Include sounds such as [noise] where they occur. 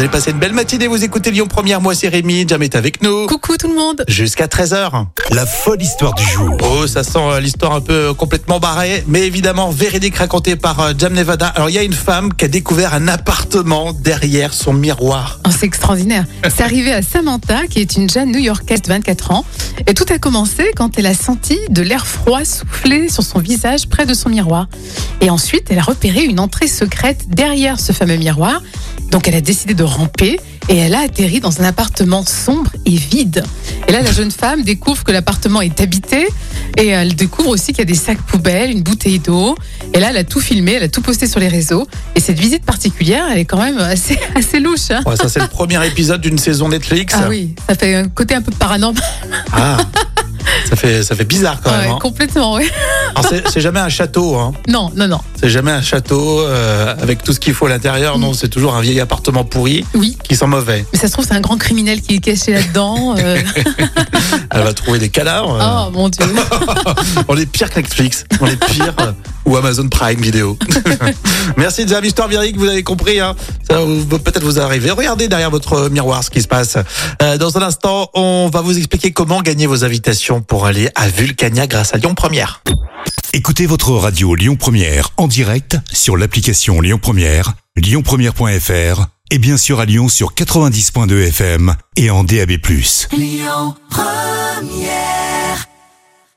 allez passer une belle matinée, vous écoutez Lyon Première, moi c'est Rémi, Jam est avec nous. Coucou tout le monde Jusqu'à 13h. La folle histoire du jour. Oh, ça sent euh, l'histoire un peu euh, complètement barrée, mais évidemment véridique racontée par euh, Jam Nevada. Alors il y a une femme qui a découvert un appartement derrière son miroir. Oh, C'est extraordinaire. C'est arrivé à Samantha, qui est une jeune New-Yorkaise de 24 ans. Et tout a commencé quand elle a senti de l'air froid souffler sur son visage près de son miroir. Et ensuite, elle a repéré une entrée secrète derrière ce fameux miroir. Donc elle a décidé de ramper et elle a atterri dans un appartement sombre et vide. Et là, la jeune femme découvre que l'appartement est habité et elle découvre aussi qu'il y a des sacs poubelles, une bouteille d'eau. Et là, elle a tout filmé, elle a tout posté sur les réseaux. Et cette visite particulière, elle est quand même assez, [laughs] assez louche. hein. Ouais, ça c'est le premier épisode d'une saison Netflix. Ah oui, ça fait un côté un peu paranormal. Ah. ça, fait, ça fait bizarre quand même. Ouais, hein. [laughs] complètement, oui. Alors, c'est- c'est jamais un château, hein. Non, non, non. c'est jamais un château euh, avec tout ce qu'il faut à l'intérieur, Mm. non, c'est toujours un vieil appartement pourri Oui. qui sent mauvais. Mais ça se trouve, c'est un grand criminel qui est caché là-dedans. euh. Elle va trouver des cadavres. euh, Oh mon Dieu. [laughs] On est pire que Netflix, on est pire euh, ou Amazon Prime Vidéo. [laughs] Merci Jam, histoire véridique, vous avez compris. Hein. Ça va peut-être vous arriver. Regardez derrière votre miroir ce qui se passe. Euh, dans un instant, on va vous expliquer comment gagner vos invitations pour aller à Vulcania grâce à Lyon Première. Écoutez votre radio Lyon Première en direct sur l'application Lyon Première, lyonpremière.fr et bien sûr à Lyon sur 90.2 FM et en DAB+.